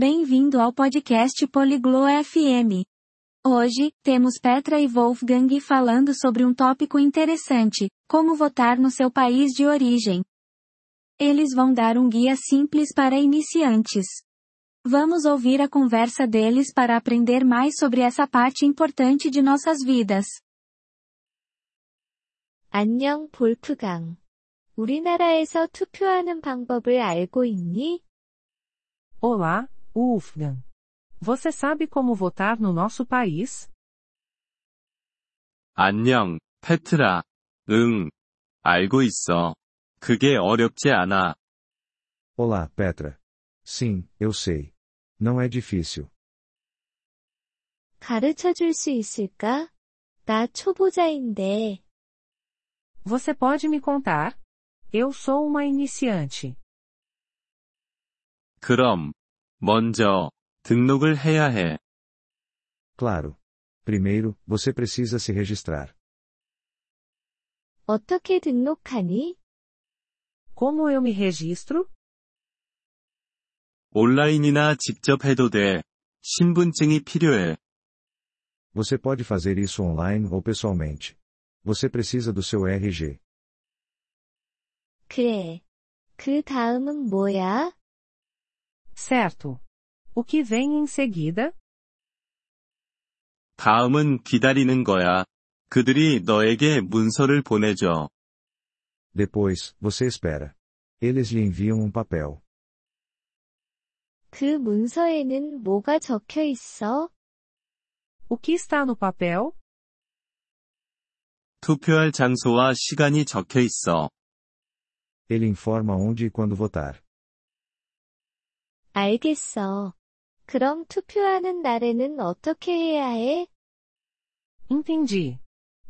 Bem-vindo ao podcast Poliglo FM. Hoje, temos Petra e Wolfgang falando sobre um tópico interessante: como votar no seu país de origem. Eles vão dar um guia simples para iniciantes. Vamos ouvir a conversa deles para aprender mais sobre essa parte importante de nossas vidas. 안녕 볼프강. 우리나라에서 투표하는 방법을 알고 있니? Olá, Wolfgang. Você sabe como votar no nosso país? 안녕, 페트라. 응. 알고 있어. 그게 어렵지 않아. Olá, Petra. Sim, eu sei. Não é difícil. 가르쳐 줄 수 있을까? 나 초보자인데. Você pode me contar? Eu sou uma iniciante. 그럼, 먼저, 등록을 해야 해. Claro. Primeiro, você precisa se registrar. 어떻게 등록하니? Como eu me registro? 온라인이나 직접 해도 돼. 신분증이 필요해. Você pode fazer isso online ou pessoalmente. Você precisa do seu RG. 그래. 그 다음은 뭐야? Certo. O que vem em seguida? 다음은 기다리는 거야. 그들이 너에게 문서를 보내줘. Depois, você espera. Eles lhe enviam um papel. 그 문서에는 뭐가 적혀 있어? O que está no papel? 투표할 장소와 시간이 적혀 있어. Ele informa onde e quando votar. 알겠어. 그럼 투표하는 날에는 어떻게 해야 해? Entendi.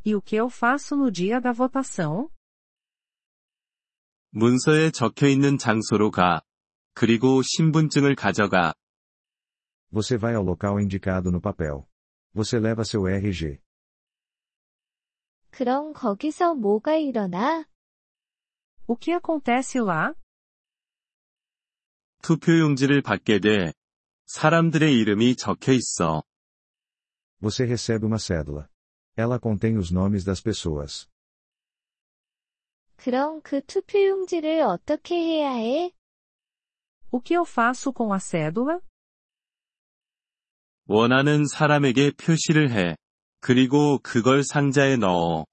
E o que eu faço no dia da votação? 문서에 적혀 있는 장소로 가. 그리고 신분증을 가져가. Você vai ao local indicado no papel. Você leva seu RG. 그럼 거기서 뭐가 일어나? O que acontece lá? 투표용지를 받게 돼. 사람들의 이름이 적혀 있어. Você recebe uma cédula. Ela contém os nomes das pessoas. 그럼 그 투표용지를 어떻게 해야 해? O que eu faço com a cédula? 원하는 사람에게 표시를 해. 그리고 그걸 상자에 넣어.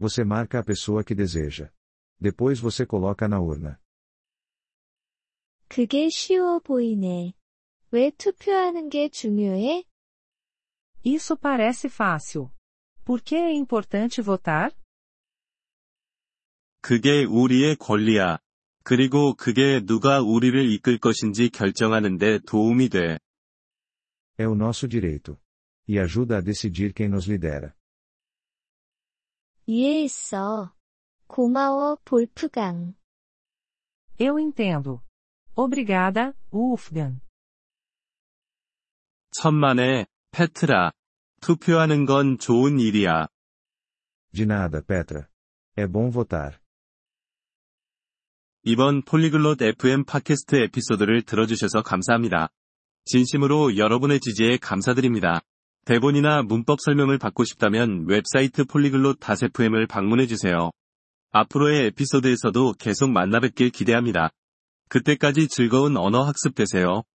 Você marca a pessoa que deseja. Depois você coloca na urna. 그게 쉬워 보이네. 왜 투표하는 게 중요해? Isso parece fácil. Por que é importante votar? 그게 우리의 권리야. 그리고 그게 누가 우리를 이끌 것인지 결정하는데 도움이 돼. É o nosso direito. E ajuda a decidir quem nos lidera. 이해했어. 고마워, 볼프강. Eu entendo. Obrigada, Wolfgang. 천만에, 페트라. 투표하는 건 좋은 일이야. De nada, Petra. É bom votar. 이번 폴리글롯 FM 팟캐스트 에피소드를 들어주셔서 감사합니다. 진심으로 여러분의 지지에 감사드립니다. 대본이나 문법 설명을 받고 싶다면 웹사이트 폴리글롯 FM을 방문해주세요. 앞으로의 에피소드에서도 계속 만나뵙길 기대합니다. 그때까지 즐거운 언어 학습 되세요.